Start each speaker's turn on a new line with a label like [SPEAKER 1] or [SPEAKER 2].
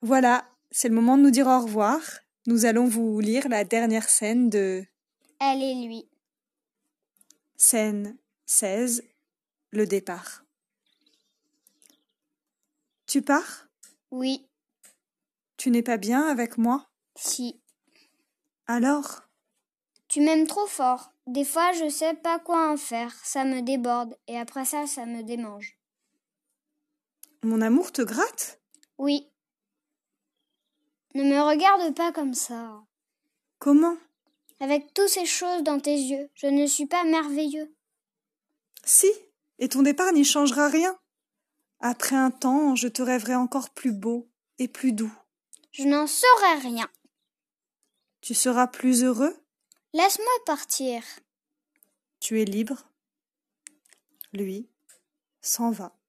[SPEAKER 1] Voilà, c'est le moment de nous dire au revoir. Nous allons vous lire la dernière scène de
[SPEAKER 2] Elle et lui.
[SPEAKER 1] Scène 16, le départ. Tu pars
[SPEAKER 2] Oui,
[SPEAKER 1] Tu n'es pas bien avec moi
[SPEAKER 2] si.
[SPEAKER 1] Alors
[SPEAKER 2] Tu m'aimes trop fort. Des fois, je sais pas quoi en faire. Ça me déborde. Et après ça, ça me démange.
[SPEAKER 1] Mon amour te gratte
[SPEAKER 2] Oui. Ne me regarde pas comme ça.
[SPEAKER 1] Comment
[SPEAKER 2] Avec toutes ces choses dans tes yeux, je ne suis pas merveilleux.
[SPEAKER 1] Si, et ton départ n'y changera rien. Après un temps, je te rêverai encore plus beau et plus doux.
[SPEAKER 2] Je n'en saurais rien.
[SPEAKER 1] Tu seras plus heureux,
[SPEAKER 2] Laisse-moi partir.
[SPEAKER 1] tu es libre. Lui s'en va.